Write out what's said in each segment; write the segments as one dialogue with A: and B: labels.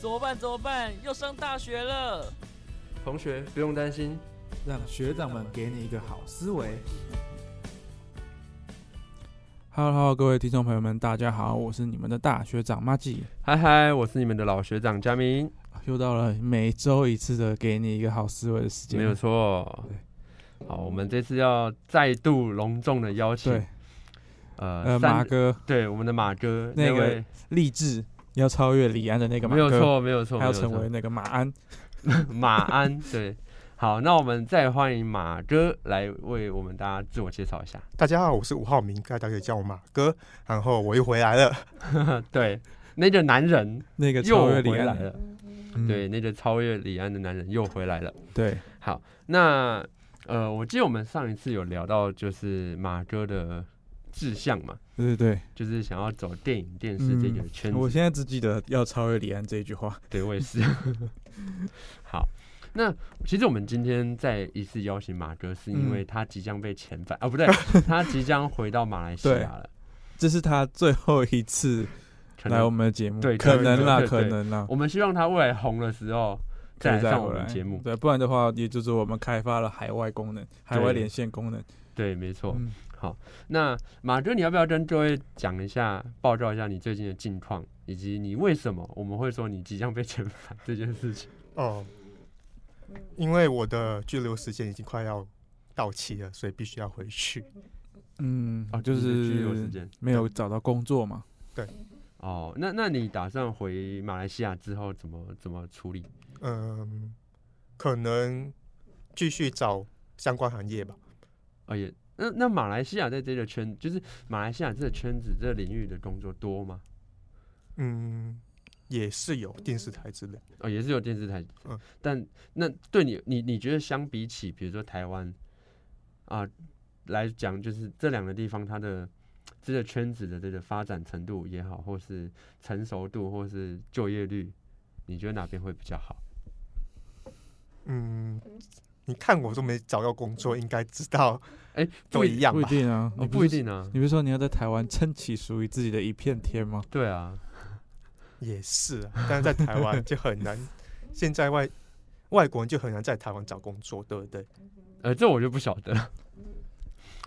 A: 怎么办？怎么办？要上大学了！
B: 同学不用担心，
C: 让学长们给你一个好思维。Hello Hello，各位听众朋友们，大家好，我是你们的大学长马季，
B: 嗨嗨，我是你们的老学长佳明，
C: 又到了每周一次的给你一个好思维的时间，
B: 没有错。好，我们这次要再度隆重的邀请，
C: 对，
B: 呃
C: 呃，马，哥
B: 对，我们的马哥，
C: 那个
B: 位
C: 立志要超越李安的那个马
B: 没
C: 哥，
B: 有，错，没有错，没
C: 还
B: 有
C: 要
B: 错
C: 成为那个马鞍。
B: 马鞍， 对。好，那我们再欢迎马哥来为我们大家自我介绍一下。
D: 大家好，我是吴浩明，大家可以叫我马哥。然后我又回来了，
B: 对，那个男人
C: 那个
B: 又
C: 超越
B: 回
C: 李
B: 来
C: 安
B: 了，，
C: 嗯
B: 对，那个超越李安的男人又回来了。
C: 对，
B: 好，那呃，我记得我们上一次有聊到就是马哥的志向嘛，
C: 对对对，
B: 就是想要走电影电视这个圈子。
C: 嗯我现在只记得要超越李安这一句话。
B: 对我也是。 好，那其实我们今天再一次邀请马哥，是因为
C: 嗯
B: 他即将被遣返、啊，不 对，他即将回到马来西
C: 对
B: 亚了。
C: 这是他最后一次
B: 可
C: 来我
B: 能
C: 们的节目，
B: 对
C: 可能啦，
B: 对对
C: 可
B: 对
C: 能啦，
B: 我们希望他未来红的时候
C: 可
B: 再
C: 以
B: 来上我
C: 回
B: 们
C: 来
B: 节目。
C: 对，不然的话，也就是我们开发了海外功能、海外连线功能。
B: 对，没错。
C: 嗯，
B: 好，那马哥，你要不要跟各位讲一下、报告一下你最近的近况，以及你为什么我们会说你即将被遣返这件事情？
D: 哦，因为我的拘留时间已经快要到期了，所以必须要回去。
C: 嗯，就
B: 你的拘留时
C: 是
B: 间。
C: 没有找到工作嘛。
B: 哦，那那你打算回马来西亚之后怎么怎么处理？
D: 嗯，可能继续找相关行业吧。
B: 而哦也，那那马来西亚在这个圈，就是马来西亚这个圈子、这个领域的工作多吗？
D: 嗯，也是有电视台之类。
B: 哦，也是有电视台，
D: 嗯
B: 但那对你，你你觉得相比起，比如说台湾啊、来讲，就是这两个地方它的这个圈子的这个发展程度也好，或是成熟度，或是就业率，你觉得哪边会比较好？
D: 嗯，你看我都没找到工作，应该知道
B: 哎、
D: 都
B: 不一
D: 一样
C: 不一
D: 吧？
C: 定啊，
B: 哦，
C: 你
B: 不一
C: 是。
B: 定啊，
C: 你不是说你要在台湾撑起属于自己的一片天吗？
B: 对啊，
D: 也是啊，但是在台湾就很难。现在外外国人就很难在台湾找工作，对不对？
B: 呃，这我就不晓得了。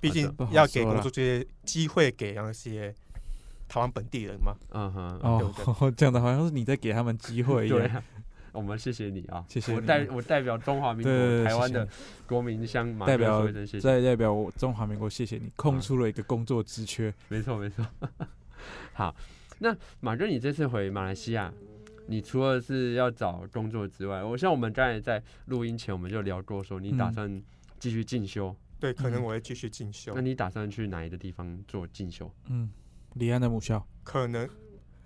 D: 毕
B: 好的
D: 竟
C: 不好
D: 要给
C: 说
D: 工
C: 啦
D: 作这些机会给那些台湾本地人嘛。
B: 嗯哼，
D: 对不
C: 哦， 讲的好像是你在给他们机会一
B: 对
C: 样。
B: 啊，我们谢谢你啊，
C: 谢谢
B: 我
C: 你
B: 代我代表中华民国
C: 对对对
B: 台湾
C: 谢谢
B: 的国民乡马
C: 代
B: 克
C: 表
B: 说一声谢谢。
C: 再代表我中华民国，谢谢你空
B: 啊
C: 出了一个工作职缺。
B: 没错，没错。 好，那马哥，你这次回马来西亚，你除了是要找工作之外，我像我们刚才在录音前我们就聊过，说你打
C: 嗯
B: 算继续进修，
D: 对，可能
C: 嗯
D: 我会继续进修
B: 那，你打算去哪一个地方做进修？
C: 嗯，李安的母校
D: 可能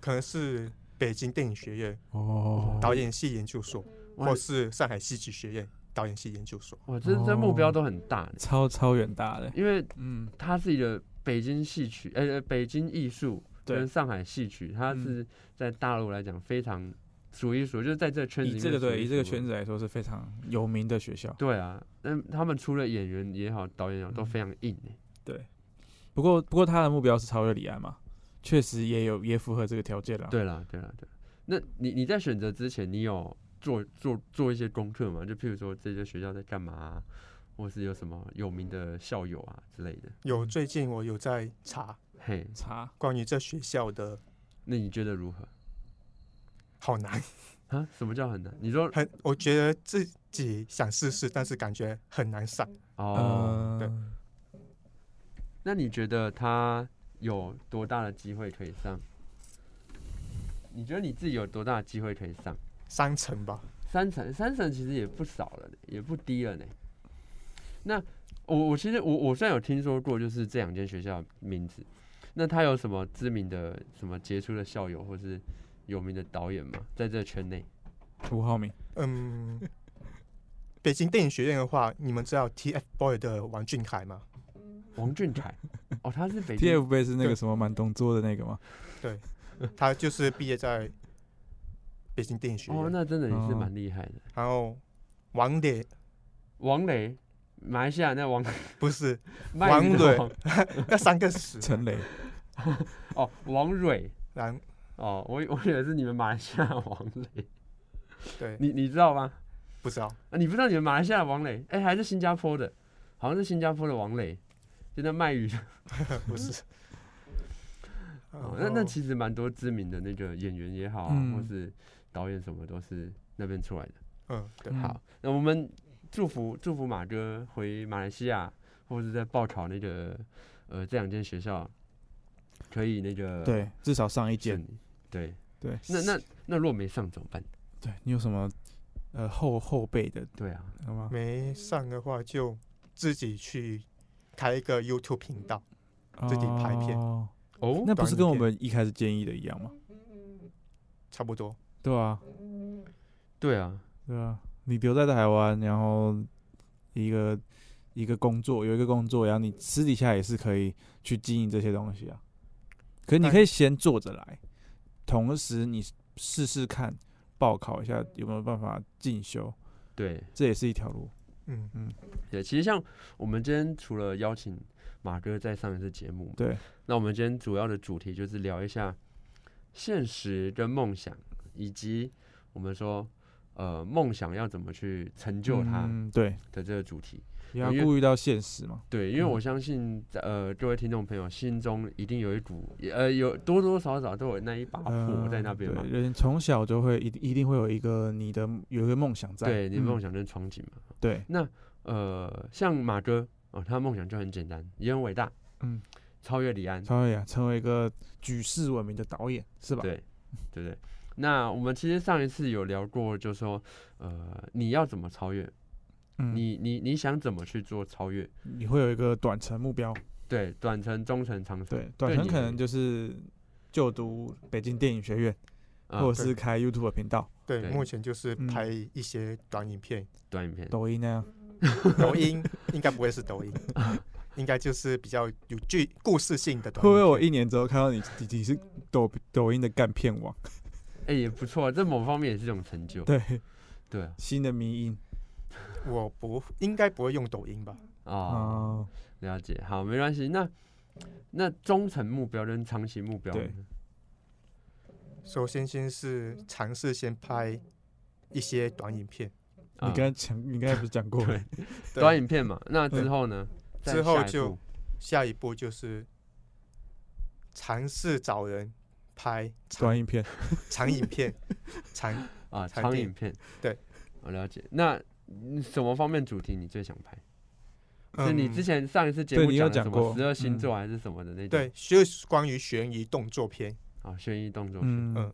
D: 可能是北京电影学院
C: 哦，
D: 导演系研究所，
B: 哇
D: 或是上海戏剧学院导演系研究所。
B: 哇，这这目标
C: 哦
B: 都很大呢，
C: 超超远大的。
B: 因为
C: 嗯，
B: 它是一个北京戏曲，呃，呃北京艺术
C: 对
B: 跟上海戏曲，它
C: 嗯
B: 是在大陆来讲非常数一数，就是在这个圈子里
C: 以
B: 面
C: 这个
B: 数
C: 对
B: 一
C: 以这个
B: 数二
C: 圈子来说是非常有名的学校。
B: 对啊，那他们除了演员也好，导演也好，都
C: 嗯
B: 非常硬欸
C: 不过不过他的目标是超越李安嘛，确实也有也符合这个条件了。，
B: 对啦，对啦，对啦。那你你在选择之前，你有做做做一些功课吗？就譬如说这些学校在干嘛、啊，或是有什么有名的校友啊之类的。
D: 有最近我有在查
B: 嘿，
C: 查
D: 关于这学校的，
B: 那你觉得如何
D: 好 难，
B: 啊？什么叫很难？你说
D: 很我觉得自己想试试，但是感觉很难上。
B: 哦，
D: 对
C: 呃，
B: 那你觉得他有多大的机会可以上？你觉得你自己有多大的机会可以上？
D: 三成吧，
B: 三成，三成其实也不少了，也不低了呢。那我我其实我我虽然有听说过，就是这两间学校的名字，那他有什么知名的、什么杰出的校友，或是有名的导演吗？在这圈内，
C: 吴浩明
D: 嗯，北京电影学院的话，你们知道 TFBOY 的王俊凯吗？
B: 王俊凯，哦，他是北 京，
C: ，TFB 是那个
D: 对
C: 什么满东桌的那个吗？
D: 他就是毕业在北京电影学
B: 哦，
D: 院。
B: 那真的也是
C: 哦
B: 蛮厉害的。
D: 然后王磊
B: 王磊，马来西亚那王
D: 不是
B: 麦
D: 王
B: 当
D: 磊
B: 劳
D: 那三个十，
C: 陈雷，
B: 哦，王蕊，
D: 然
B: 哦，我以我以为是你们马来西亚的王磊，
D: 对，
B: 你你知道吗？
D: 不知道，
B: 啊，你不知道你们马来西亚的王磊，哎、还是新加坡的，好像是新加坡的王磊，就那卖鱼的。
D: 不
B: 哦
D: 是。哦，
B: 那那其实蛮多知名的那个演员也好啊，或
C: 嗯
B: 是导演什么都是那边出来的。
D: 嗯，对，
C: 嗯
B: 好，那我们祝福祝福马哥回马来西亚，或者是在报考那个呃这两间学校，可以那个
C: 对，至少上一
B: 顺
C: 届。
B: 利对。
C: 对
B: 那那那如果没上怎么办？
C: 对你有什么呃后后辈的，
B: 对啊，
C: 好吗？
D: 没上的话就自己去开一个 YouTube 频道，自己拍片
C: 哦，
B: 哦，
C: 那不是跟
D: 短影
C: 我
D: 片
C: 们一开始建议的一样吗？
D: 差不多。
C: 对啊，
B: 对啊，
C: 对啊，你留在台湾，然后一个一个工作，有一个工作，然后你私底下也是可以去经营这些东西啊。可是你
D: 但
C: 可以先做着来，同时你试试看报考一下有没有办法进修，
B: 对
C: 这也是一条路。
D: 嗯，
B: 对。其实像我们今天除了邀请马哥再上一次节目，
C: 对，
B: 那我们今天主要的主题就是聊一下现实跟梦想，以及我们说呃梦想要怎么去成就它
C: 嗯，对，
B: 的这个主题。
C: 也要
B: 因为
C: 顾虑到现实嘛。
B: 对，因为我
C: 嗯
B: 相信在，呃，各位听众朋友心中一定有一股，呃，有多多少少都有那一把火
C: 呃
B: 在那边嘛。
C: 对，人从小就会一定一定会有一个你的有一个梦想在，
B: 对，你的
C: 嗯
B: 梦想跟憧憬嘛。
C: 对，
B: 呃，像马哥哦、他的梦想就很简单，也很伟大，
C: 嗯，
B: 超越李安，
C: 超伟啊，成为一个举世闻名的导演是吧？
B: 对，对不对？那我们其实上一次有聊过，就说，呃，你要怎么超越？
C: 嗯，
B: 你你你想怎么去做超越？
C: 你会有一个短程目标，
B: 对，短程、中程、长程，
C: 对，短程
B: 你
C: 可
B: 而
C: 能
B: 言
C: 就是就读北京电影学院，
B: 啊
C: 或者
D: 对
C: 是开 YouTube 频道、
D: 对，
B: 对
D: 目前就是
C: 嗯
D: 拍一些短影片，
B: 短影片，
C: 抖音那样。
B: 嗯
D: 抖音应该不会是 抖音，应该就是比较有剧故事性的
C: 会
D: 短
C: 不会
B: 哦
D: 影
C: 我
D: 片。
C: 一年之后看到你，你你是抖抖音的干片王？
B: 哎、也不错，这某方面也是一种成就。
C: 对，
B: 对啊
C: 新的迷音
D: 我不应该不会用抖音吧？
B: 啊，
C: 哦，
B: 了解，好，没关系。那那中程目标跟长期目标呢，
C: 对
D: 首先先是尝试先拍一些短影片，
B: 啊
C: 你刚才讲，你刚才不是 讲过
B: 对
C: 吗？
D: 对
B: 短影片嘛，那之
C: 嗯
B: 后呢？再
D: 之后
B: 下一
D: 就
B: 步
D: 下一步就是尝试找人拍
C: 短
D: 长
C: 影片，
D: 长影片， 长
B: 啊，
D: 才
B: 长
D: 电
B: 影片，
D: 对，
B: 我了解。那嗯什么方面主题你最想拍？是你之
D: 嗯
B: 前上一次节
C: 对
B: 目
C: 你有
B: 的什
C: 讲
B: 么
C: 过
B: 十二星
C: 嗯
B: 座还是什么的那种？
D: 对，就是关于悬疑动作片。
B: 啊，悬疑动作片。
C: 嗯
D: 嗯，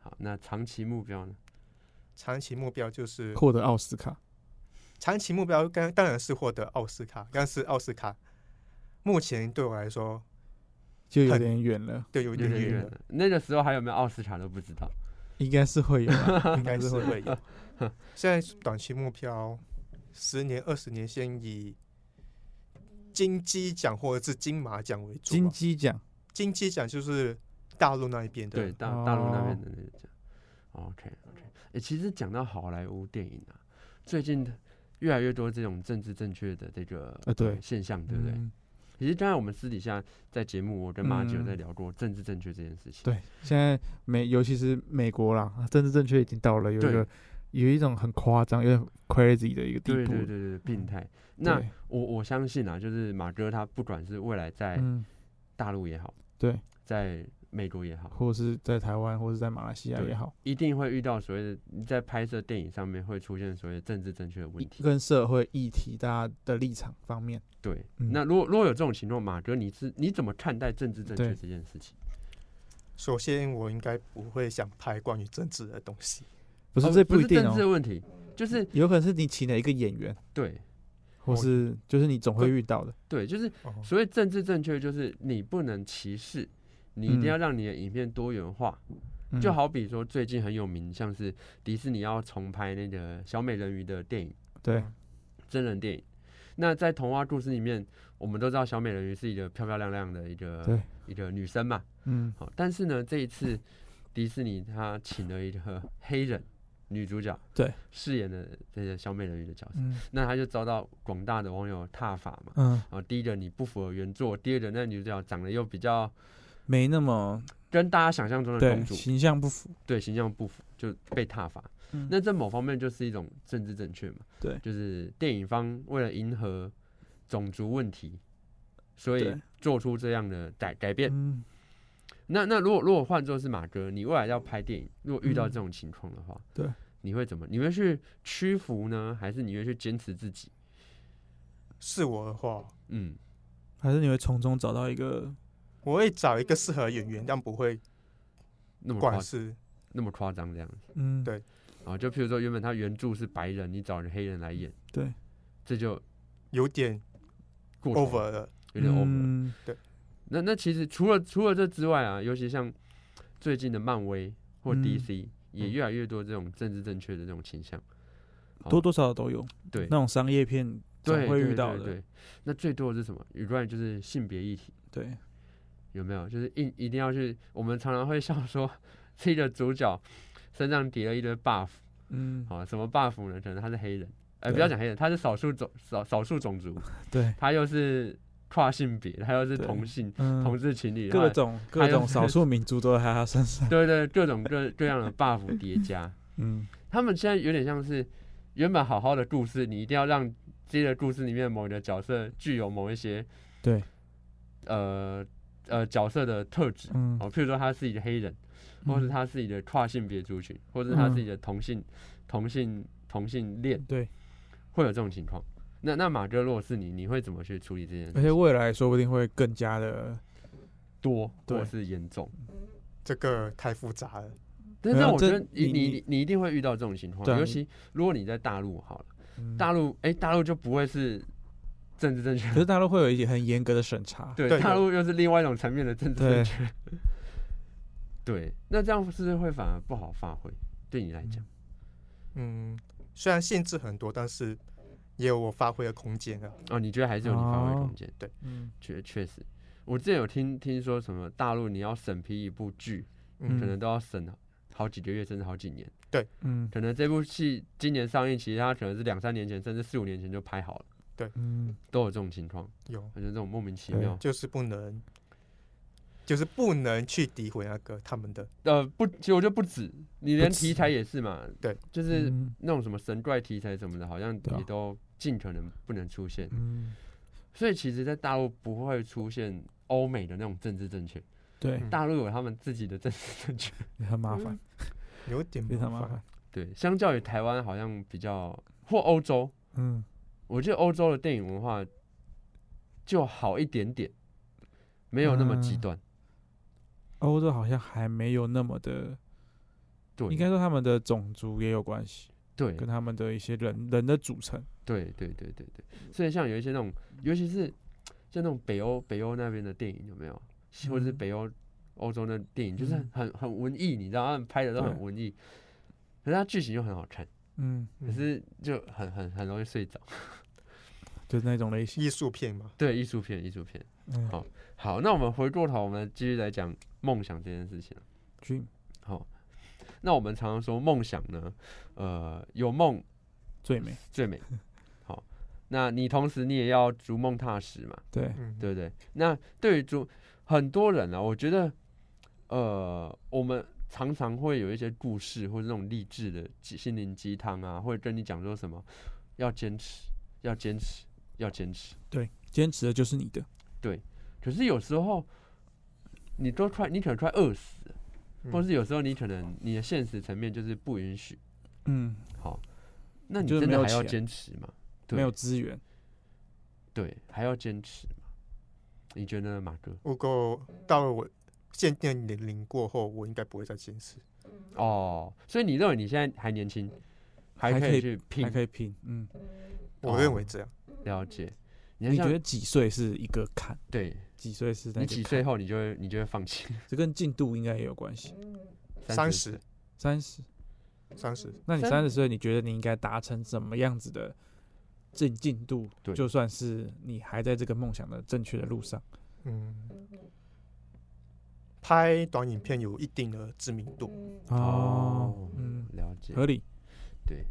B: 好，那长期目标呢？
D: 长期目标就是
C: 获得奥斯卡。
D: 长期目标刚当然是获得奥斯卡，但是奥斯卡目前对我来说，
C: 就有
D: 很
C: 点远了，
D: 对有
B: 有
D: 点
B: 点
D: 远
B: 远
D: 了，
B: 了。那个时候还有没有奥斯卡都不知道。
C: 应该是会有 啊，
D: 应该是会有。现在短期目标，十年、二十年先以金鸡奖或者是金马奖为主
C: 金
D: 吧。
C: 鸡奖，
D: 金鸡奖就是大陆那一边的，
B: 对，大大陆那边
C: 哦
B: 的那个奖。OK OK，哎、诶其实讲到好莱坞电影啊，最近的越来越多这种政治正确的这个
C: 呃对
B: 现象， 对不对？
C: 嗯，
B: 其实刚才我们私底下在节目，我跟马姐有在
C: 嗯
B: 聊过政治正确这件事情。
C: 对，现在美，尤其是美国啦，政治正确已经到了有一
B: 对
C: 个有一种很夸张、有点 crazy 的一个地
B: 对
C: 步
B: 对
C: 了。
B: 对对，病态。那
C: 对，
B: 我我相信啊，就是马哥他不管是未来在
C: 嗯，
B: 大陆也好，
C: 对，
B: 在美国也好，
C: 或者是在台湾，或者是在马来西亚
B: 对
C: 也好，
B: 一定会遇到所谓的你在拍摄电影上面会出现所谓的政治正确的问题。
C: 跟社会议题大家的立场方面，
B: 对，
C: 嗯
B: 那如果如果有这种情况，马哥你是你怎么看待政治正确
C: 对
B: 这件事情？
D: 首先我应该不会想拍关于政治的东西。
C: 不是、
B: 哦
C: 这不一
B: 是
C: 定
B: 政
C: 哦嗯
B: 治，的问题，就是
C: 有可能是你请了一个演员，
B: 对
C: 或
D: 哦
C: 是就是你总会遇到的，
B: 对，就是
D: 哦，
B: 所谓政治正确，就是你不能歧视，你一定
C: 嗯
B: 要让你的影片多元化。
C: 嗯
B: 就，好比说最近很有名，像是迪士尼要重拍那个小美人鱼的电影。
C: 对，
B: 真人电影。那在童话故事里面，我们都知道小美人鱼是一个漂漂亮亮的一个
C: 对
B: 一个女生嘛。
C: 嗯，
B: 好，但是呢，这一次迪士尼他请了一个黑人女主角，
C: 对，
B: 饰演的这个小美人鱼的角色，
C: 嗯
B: 那他就遭到广大的网友挞伐嘛。
C: 嗯，
B: 啊，第一个你不符合原作，第二个那女主角长得又比较
C: 没那么
B: 跟大家想象中的
C: 对
B: 公主
C: 形象不符，
B: 对形象不符，就被挞伐。
C: 嗯
B: 那在某方面就是一种政治正确嘛，
C: 对
B: 就是电影方为了迎合种族问题，所以
C: 对
B: 做出这样的改改变。
C: 嗯，
B: 那那如果如果换作是马哥，你未来要拍电影，如果遇到
C: 嗯
B: 这种情况的话，
C: 对，
B: 你会怎么？你会去屈服呢，还是你会去坚持自己？
D: 是我的话，
B: 嗯，
C: 还是你会从中找到一个
D: 我会找一个适合的演员，但不会
B: 那么夸
D: 管事。
B: 那么夸张这样子
C: 嗯，
D: 对
B: 啊？就譬如说，原本他原著是白人，你找人黑人来演，
C: 对，
B: 这就
D: 有点
B: 过头
D: over 了。
B: 有点 over 了。
C: 嗯
B: 那那其实除了除了这之外啊，尤其像最近的漫威或
C: 嗯
B: DC，、也
C: 嗯
B: 越来越多这种政治正确的这种倾向。
C: 多多少少都有
B: 哦对
C: 那种商业片总
B: 对，
C: 会
B: 对
C: 遇到
B: 对
C: 的，
B: 对，那最多的是什么？有关于就是性别议题，
C: 对，
B: 有没有？就是一一定要去，我们常常会笑说，这个主角身上叠了一堆 buff
C: 嗯，
B: 啊，什么 buff 呢？可能他是黑人，哎、
C: 对
B: 不要讲黑人，他是少数种少少数种族，
C: 对，
B: 他又是跨性别，他又是
C: 对
B: 同性同
C: 嗯，
B: 志情侣，
C: 各
B: 他
C: 种各
B: 还有
C: 种少数民族都在他身上，
B: 对对各种各各样的 buff 叠加。
C: 嗯，
B: 他们现在有点像是原本好好的故事，你一定要让这个故事里面某一个角色具有某一些
C: 对，
B: 呃呃角色的特质
C: 嗯，
B: 哦，譬如说他是一个黑人，或是
C: 嗯
B: 他是一个跨性别族群，或是他是
C: 嗯
B: 一个同性、同性同性恋，
C: 对，
B: 会有这种情况。那那马哥，如果是你，你会怎么去处理这件
C: 嗯而
B: 事？
C: 且未来说不定会更加的，
B: 多
C: 对
B: 或是严重？
D: 这个太复杂了，
B: 但
C: 没
B: 是
C: 有
B: 我觉
C: 这
B: 得你
C: 你
B: 你
C: 你
B: 你你一定会遇到这种情况
C: 对，啊
B: 尤
C: 你
B: 其如果你在大陆好了，
C: 嗯
B: 大陆哎、大陆就不会是政治正确
C: 可是大陆会有一些很严格的审查，
B: 对，
D: 对
B: 大
D: 有
B: 陆又是另外一种层面的政治
C: 对
B: 正确。 对，那这样是不是会反而不好发挥？对你来讲，
D: 嗯，虽然限制很多，但是也有我发挥的空间啊。
B: 哦，你觉得还是有你发挥
C: 哦
B: 空间？对，
C: 嗯，
B: 确确实，我之前有听听说什么大陆你要审批一部剧，
D: 嗯，
B: 可能都要审好几个月，甚至好几年。
C: 嗯
B: 可能这部戏今年上映，其实它可能是两三年前，甚至四五年前就拍好了，
C: 嗯，
B: 都有这种情况，
D: 有，
B: 反正这种莫名其
C: 对
B: 妙。
D: 就是不能，就是不能去诋毁那个他们的。
B: 呃，不，其实我觉得不止，你连
C: 止
B: 题材也是嘛，
D: 对，
B: 就是
C: 嗯
B: 那种什么神怪题材什么的，好像
C: 对啊
B: 也都尽可能不能出现。
C: 嗯，
B: 所以其实，在大陆不会出现欧美的那种政治正确，
C: 对，
D: 嗯
B: 大陆有他们自己的政治正确。
C: 很麻烦，
D: 有点
C: 非常
D: 麻
C: 麻
D: 烦
C: 烦，，
B: 对，相较于台湾，好像比较或欧洲，
C: 嗯，
B: 我觉得欧洲的电影文化就好一点点，没有那么极
C: 嗯
B: 端。
C: 欧洲好像还没有那么的，
B: 对，
C: 应该说他们的种族也有关系，
B: 对
C: 跟他们的一些人人的组成，
B: 对对对对对，所以像有一些那种，尤其是像那种北欧北欧那边的电影有没有，或者是
C: 嗯
B: 北欧欧洲的电影，就是很
C: 嗯
B: 很很文艺，你知道他们拍的都很
C: 对
B: 文艺，可是它剧情又很好看，
C: 嗯，
B: 可是就很很很容易睡着。
C: 就是那种类型，
D: 艺术片嘛，
B: 对，艺术片艺术片。
C: 嗯
B: 好好，那我们回过头，我们继续来讲梦想这件事情。
C: ，dream，
B: 好，那我们常常说梦想呢，呃，有梦
C: 最美，
B: 最美。好，那你同时你也要逐梦踏实嘛。
C: 对，
D: 嗯，
B: 对不对？那对于中很多人啊，我觉得，呃，我们常常会有一些故事或者那种励志的鸡心灵鸡汤啊，会跟你讲说什么要坚持，要坚持，要坚持。
C: 对，坚持的就是你的，
B: 可是有时候，你都快，你可能快饿死了，或
D: 嗯
B: 是有时候你可能你的现实层面就是不允许。
C: 嗯，
B: 好，那你
C: 就是
B: 真
C: 没
B: 的
C: 有
B: 还要
C: 钱
B: 坚持吗？对
C: 没有资源，
B: 对，还要坚持吗？你觉得呢，马哥？
D: 如果到了我限定的年龄过后，我应该不会再坚持。
B: 哦，所以你认为你现在还年轻，还
C: 还
B: 可
C: 可
B: 以
C: 以
B: 去
C: 还
B: 拼？
C: 可以拼，嗯，
B: 哦
D: 我认为这样，
B: 了解。你
C: 你
B: 像
C: 觉得几岁是一个坎？
B: 对，
C: 几岁是那
B: 你
C: 个
B: 几
C: 坎
B: 岁？后你就会你就会放 弃？
C: 这跟进度应该也有关系。
D: 三
B: 十
D: 十，
C: 三十，
D: 三十，
C: 那你
B: 三
C: 三十岁，你觉得你应该达成什么样子的进进度？
B: 对
C: 就算是你还在这个梦想的正确的路上，
D: 嗯，拍短影片有一定的知名度，
B: 哦，
C: 嗯，
B: 了解。
C: 合理，
B: 对，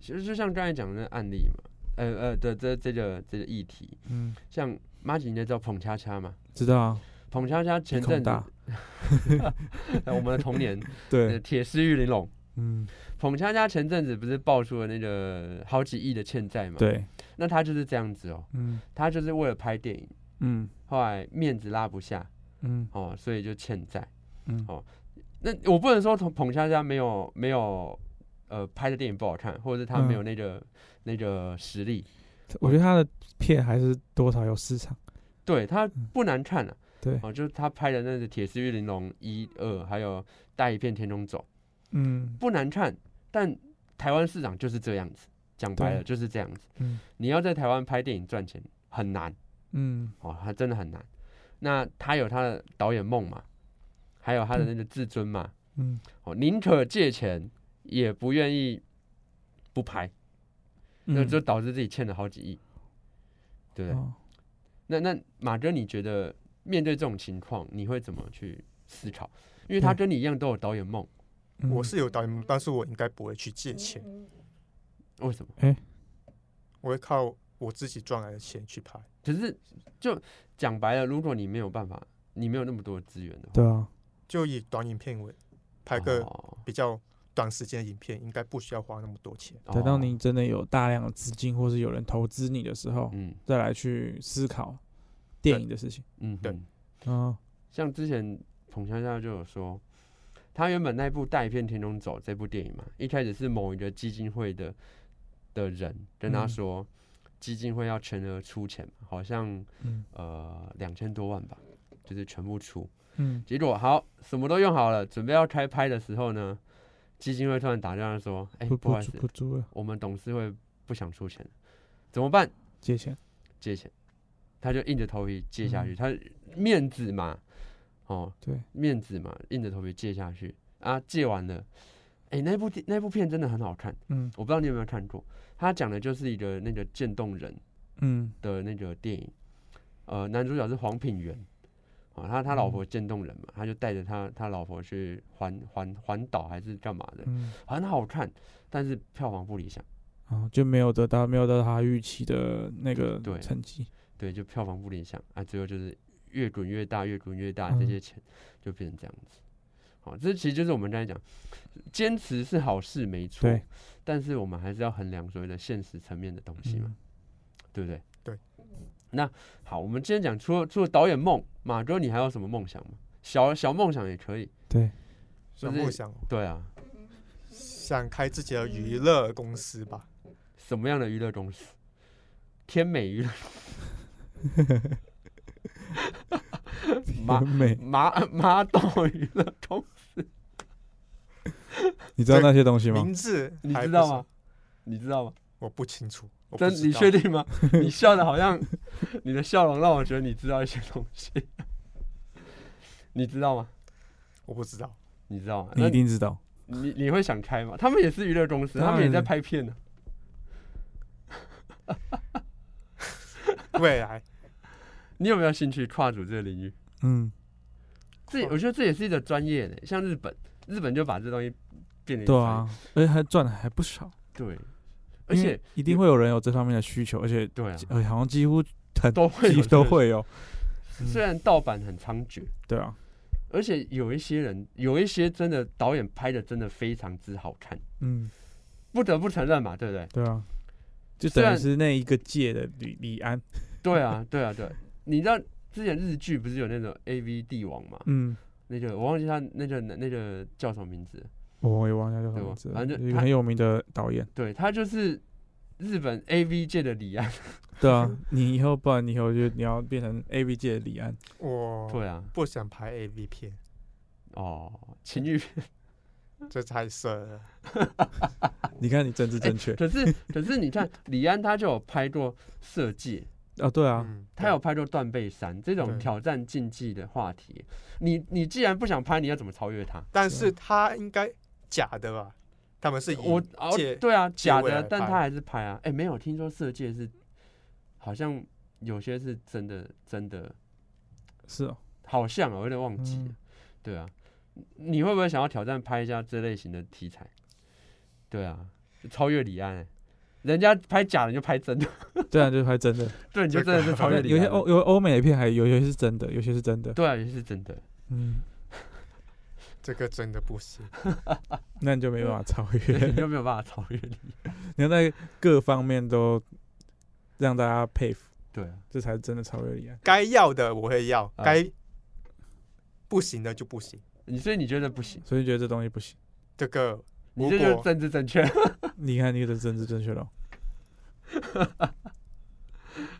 B: 其实就像刚才讲的那案例嘛，呃呃的这这个这个议题，
C: 嗯，
B: 像马吉你也知道彭恰恰嘛，
C: 知道啊，
B: 彭恰恰前
C: 鼻孔
B: 阵子
C: 大
B: 那我们的童年， 呃
C: 对，
B: 铁丝玉玲珑，
C: 嗯，
B: 彭佳佳前阵子不是爆出了那个好几亿的欠债嘛？，
C: 对，
B: 那他就是这样子哦，
C: 嗯
B: 他就是为了拍电影，
C: 嗯
B: 后来面子拉不下
C: 嗯
B: 哦，所以就欠债。
C: 嗯
B: 好那我不能说彭彭佳佳没有没有呃拍的电影不好看，或者是他
C: 嗯
B: 没有那个、那个实力，
C: 我觉得他的片还是多少有市场，
B: 对他
C: 嗯
B: 不难看啊。
C: 对
B: 哦，就是他拍的那个《铁丝玉玲珑》一二，还有《带一片天空走》，
C: 嗯
B: 不难看，但台湾市场就是这样子，讲白了
C: 对
B: 就是这样子。
C: 嗯
B: 你要在台湾拍电影赚钱很难
C: 嗯
B: 哦，他真的很难。那他有他的导演梦嘛，还有他的那个自尊嘛，
C: 嗯，
B: 哦，宁可借钱也不愿意不拍，那
C: 嗯
B: 就导致自己欠了好几亿，对不对？
C: 哦
B: 那那马哥，你觉得面对这种情况，你会怎么去思考？因为他
C: 对
B: 跟你一样都有导演梦，
C: 嗯
D: 我是有导演梦，但是我应该不会去借钱，
B: 为什么？
D: 我会靠我自己赚来的钱去拍。
B: 可是就讲白了，如果你没有办法，你没有那么多资源的话，
C: 对啊，
D: 就以短影片为，拍个
B: 哦
D: 比较短时间的影片，应该不需要花那么多钱。
C: 等到
B: 哦
C: 你真的有大量的资金或是有人投资你的时候，
B: 嗯
C: 再来去思考电影的事情。
B: 嗯
D: 对
B: 哼
C: 嗯
B: 像之前彭香香就有说，他原本那部《带一片天空走》这部电影嘛，一开始是某一个基金会的的人跟他
C: 嗯
B: 说，基金会要全额出钱嘛，好像
C: 嗯
B: 呃两千多万吧，就是全部出。
C: 嗯，
B: 结果好，什么都用好了，准备要开拍的时候呢，基金会突然打电话说：“哎、
C: 不
B: 不好
C: 不
B: 意
C: 租
B: 思，
C: 不租了，
B: 我们董事会不想出钱，怎么办？
C: 借钱。
B: 借钱。”他就硬着头皮借下去，
C: 嗯
B: 他面子嘛，哦，
C: 对，
B: 面子嘛，硬着头皮借下去啊，借完了。哎、那部电那部片真的很好看，
C: 嗯
B: 我不知道你有没有看过。他讲的就是一个那个渐冻人
C: 嗯
B: 的那个电影，呃，男主角是黄品源，啊，他他老婆渐冻人嘛，他就带着他他老婆去环环环岛还是干嘛的，
C: 嗯，
B: 很好看，但是票房不理想，
C: 然后就没有得到没有得到他预期的那个
B: 对
C: 成绩。
B: 对，就票房不理想啊，最后就是越滚越大，越滚越大，这
C: 嗯
B: 些钱就变成这样子。好，这其实就是我们刚才讲，坚持是好事没错
C: 对，
B: 但是我们还是要衡量所谓的现实层面的东西嘛，
C: 嗯
B: 对不对？
D: 对。
B: 那好，我们今天讲除了除了导演梦，马哥你还有什么梦想吗？小小梦想也可以。
C: 对，
D: 所
B: 就
D: 以
B: 是
D: 我想
B: 对啊，
D: 想开自己的娱乐公司吧，
B: 嗯什么样的娱乐公司？天美娱乐 马
C: 很美。
B: 马马豆娱乐公司，
C: 你知道那些东西吗？
D: 名字
B: 你
D: 还
B: 知
D: 不
B: 道
D: 是
B: 吗？？你知道吗？
D: 我不清楚，我不
B: 真，
D: 知
B: 你
D: 道
B: 确定 吗？你笑的好像，你的笑容让我觉得你知道一些东西， 你知道吗？
D: 我不知道，
B: 你知道吗？
C: 你
B: 那
C: 一定知道。
B: 你你会想开吗？他们也是娱乐公司，
C: 当
B: 他们也在
C: 然
B: 拍片呢、
D: 未来
B: 你有没有兴趣跨足这个领域？
C: 嗯，
B: 这我觉得这也是一个专业的，像日本，日本就把这东西变得
C: 对啊，而且还赚的还不少，
B: 专业，对，而且
C: 一定会有人有这方面的需求，而且
B: 对啊，
C: 呃好像几乎很
B: 都会有
C: 几
B: 这
C: 乎 都
B: 个
C: 会有。嗯
B: 虽然盗版很猖獗，
C: 对啊，
B: 而且有一些人，有一些真的导演拍的真的非常之好看，
C: 嗯，
B: 不得不承认嘛，对不 对？
C: 对啊，就
B: 虽
C: 等于
B: 然
C: 是那一个界的李李安。
B: 对啊，对啊，对。你知道之前日剧不是有那种 A V 帝王嘛？
C: 嗯，
B: 那个我忘记他那个那个叫什么名字，
C: 哦我也忘了叫什
B: 对
C: 么
B: 吧
C: 名字了，
B: 反正就
C: 一个
B: 他
C: 很有名的导演。
B: 对他就是日本 A V 界的李安。
C: 对啊，你以后不然你以后就你要变成 A V 界的李安。
D: 我
B: 对啊，
D: 不想拍 A V 片，
B: 哦，情欲片。
D: 这太色了。
C: 你看你政治正确
B: 可是可是你看李安他就有拍过《色戒》，
C: 啊？对啊，
D: 嗯，
B: 他有拍过《断背山》这种
D: 对
B: 挑战禁忌的话题。你你既然不想拍，你要怎么超越他？
D: 但是他应该假的吧？他们是以
B: 我哦
D: 借，
B: 对啊，假
D: 未来
B: 的，但
D: 拍
B: 他还是拍啊。哎、没有听说《色戒》是好像有些是真的真的。
C: 是哦，
B: 好像啊我有点忘记了。
C: 嗯
B: 对啊，你你会不会想要挑战拍一下这类型的题材？对啊，超越李安欸、人家拍假的你就拍真的，
C: 对啊，就是拍真的。
B: 对，你就真的是超越
C: 有
B: 李安
C: 些哦
B: 了。
C: 欧有欧美的片还有有些是真的，有些是真的。
B: 对啊，也是真的。
C: 嗯，
D: 这个真的不行。
C: 那你就没办法超
B: 对你
C: 越。
B: 就没有办法超越你。
C: 你要在各方面都让大家佩服，
B: 对啊，
C: 这才是真的超越李安。
D: 该要的我会要，
B: 啊
D: 该不行的就不行。
B: 你所以你觉得不行，
C: 所以你觉得这东西不行？
D: 这个
B: 你
D: 如
B: 这就是
D: 果
B: 政治正 确。
C: 你看你的政治正确了，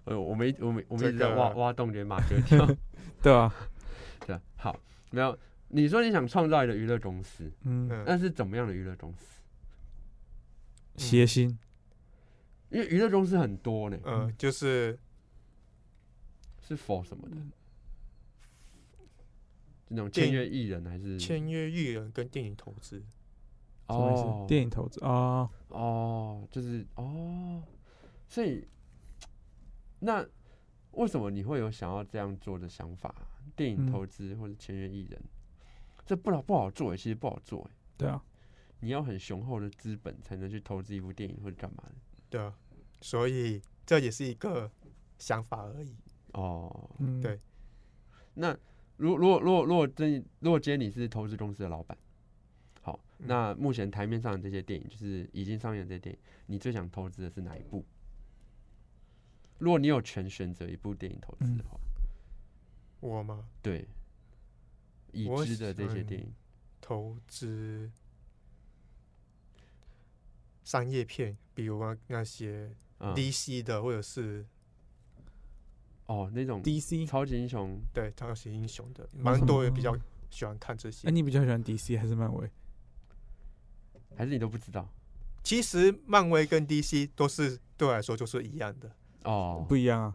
B: 呃，我们一我们我们一直
D: 这
B: 在
D: 个
B: 挖挖洞给马哥跳。
C: 对吧、
B: 对啊，好，没有。你说你想创造你的娱乐公司，
C: 嗯，
D: 嗯
B: 那是怎么样的娱乐公司？
C: 邪心，
B: 因为娱乐公司很多呢，
D: 呃，就是
B: 是否什么的？那种签约艺人还是
D: 签约艺人跟电影投资，
C: 什么意思？
B: 哦
C: 电影投资哦，
B: 哦，就是哦，所以那为什么你会有想要这样做的想法？电影
C: 嗯
B: 投资或者签约艺人，这不好不好做欸，其实不好做欸。
C: 对啊，
B: 你要很雄厚的资本才能去投资一部电影或者干嘛的
D: 对啊，所以这也是一个想法而已。
B: 哦。
C: 嗯，
D: 对
B: 那如如果如果如果真如果今天你是投资公司的老板，好，
D: 嗯
B: 那目前台面上的这些电影，就是已经上映的这些电影，你最想投资的是哪一部？如果你有权选择一部电影投资的
C: 嗯
B: 话，
D: 我吗？
B: 对，已
D: 我
B: 知的这些
D: 想
B: 电影，
D: 投资商业片，比如那那些
B: 嗯，
D: DC 的，或者是
B: 哦，那种
C: ，DC，
B: 超级英雄，
D: 对超级英雄的，蛮多人比较喜欢看这
C: 哎、
D: 些。
C: 你比较喜欢 DC 还是漫威？
B: 还是你都不知道
D: 其实漫威跟 DC 都是对我来说就是一样的，
B: 哦？
C: 不一样啊，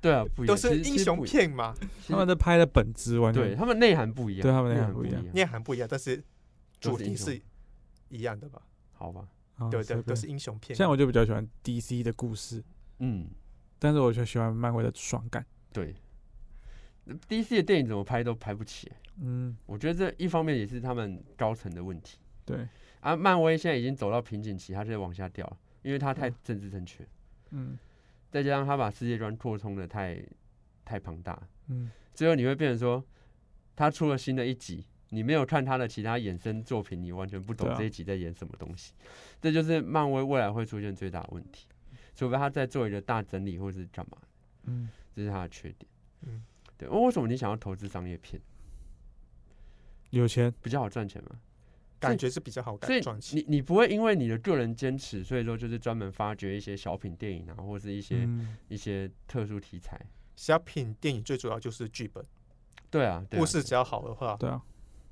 B: 对啊，不一
D: 都
B: 样，
D: 是
B: 其实
D: 英雄，片嘛，
B: 其实不一
C: 他们
B: 其实
C: 的拍的本质完
B: 对
C: 全
B: 他们内涵不一样，
C: 对他们内涵
B: 涵
C: 不一
B: 一
C: 样
B: 样，
D: 内涵不一样，但是
B: 都
D: 主
B: 是
D: 题
B: 英雄
D: 是一样的吧？
B: 好吧？
C: 啊
D: 对对，
C: 随
D: 都
C: 便
D: 是英雄片嘛。
C: 像我就比较喜欢 DC 的故事，
B: 嗯，
C: 但是我却喜欢漫威的爽感。
B: 对，DC 的电影怎么拍都拍不起欸、
C: 嗯，
B: 我觉得这一方面也是他们高层的问题
C: 对，
B: 啊。漫威现在已经走到瓶颈期，它就在往下掉了，因为它太政治正确，
C: 嗯
B: 再加上它把世界观扩充的太太庞大，
C: 嗯，
B: 最后你会变成说，它出了新的一集，你没有看它的其他衍生作品，你完全不懂
C: 对啊
B: 这一集在演什么东西。这就是漫威未来会出现最大的问题，除非它再做一个大整理或是干嘛，
C: 嗯，
B: 这是它的缺点。
D: 嗯，
B: 对。为什么你想要投资商业片
C: 有钱，
B: 比较好赚钱吗？
D: 感觉是比较好
B: 所以
D: 感赚钱。
B: 你你不会因为你的个人坚持，所以说就是专门发掘一些小品电影啊，或是一些、
C: 嗯，
B: 一些特殊题材。
D: 小品电影最主要就是剧本，
B: 对啊，对啊
D: 故事只要好的话，
C: 对啊，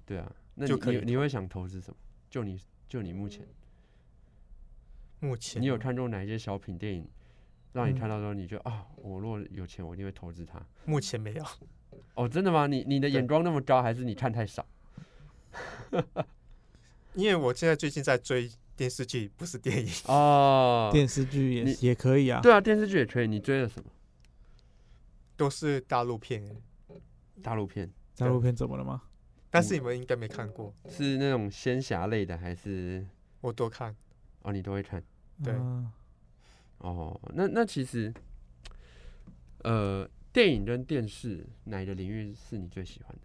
B: 对啊。那你
D: 就可以
B: 你你会想投资什么？就你就你目前，
D: 目前
B: 你有看中哪一些小品电影，让你
C: 嗯
B: 看到说你觉得、啊，我如果有钱，我一定会投资它。
D: 目前没有，
B: 哦，真的吗？你你的眼
D: 对
B: 光那么高，还是你看太少？
D: 因为我现在最近在追电视剧，不是电影。
B: 哦，
C: 电视剧也
B: 你
C: 也可以啊。
B: 对啊，电视剧也可以。你追了什么？
D: 都是大陆片，
B: 大陆片
C: 大陆片怎么了吗？
D: 但是你们应该没看过，
B: 是那种仙侠类的，还是
D: 我多看。
B: 哦你都会看？
D: 对
C: 啊
B: 哦，那那其实，呃，电影跟电视哪一个领域是你最喜欢的？